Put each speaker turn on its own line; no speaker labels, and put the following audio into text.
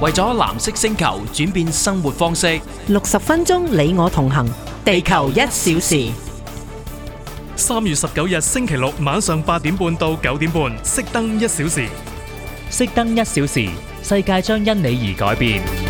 為咗藍色星球轉變生活方式，
六十分鐘你我同行，地球一小時。
三月十九日星期六晚上八點半到九點半，熄燈一小時。
熄燈一小時，世界將因你而改變。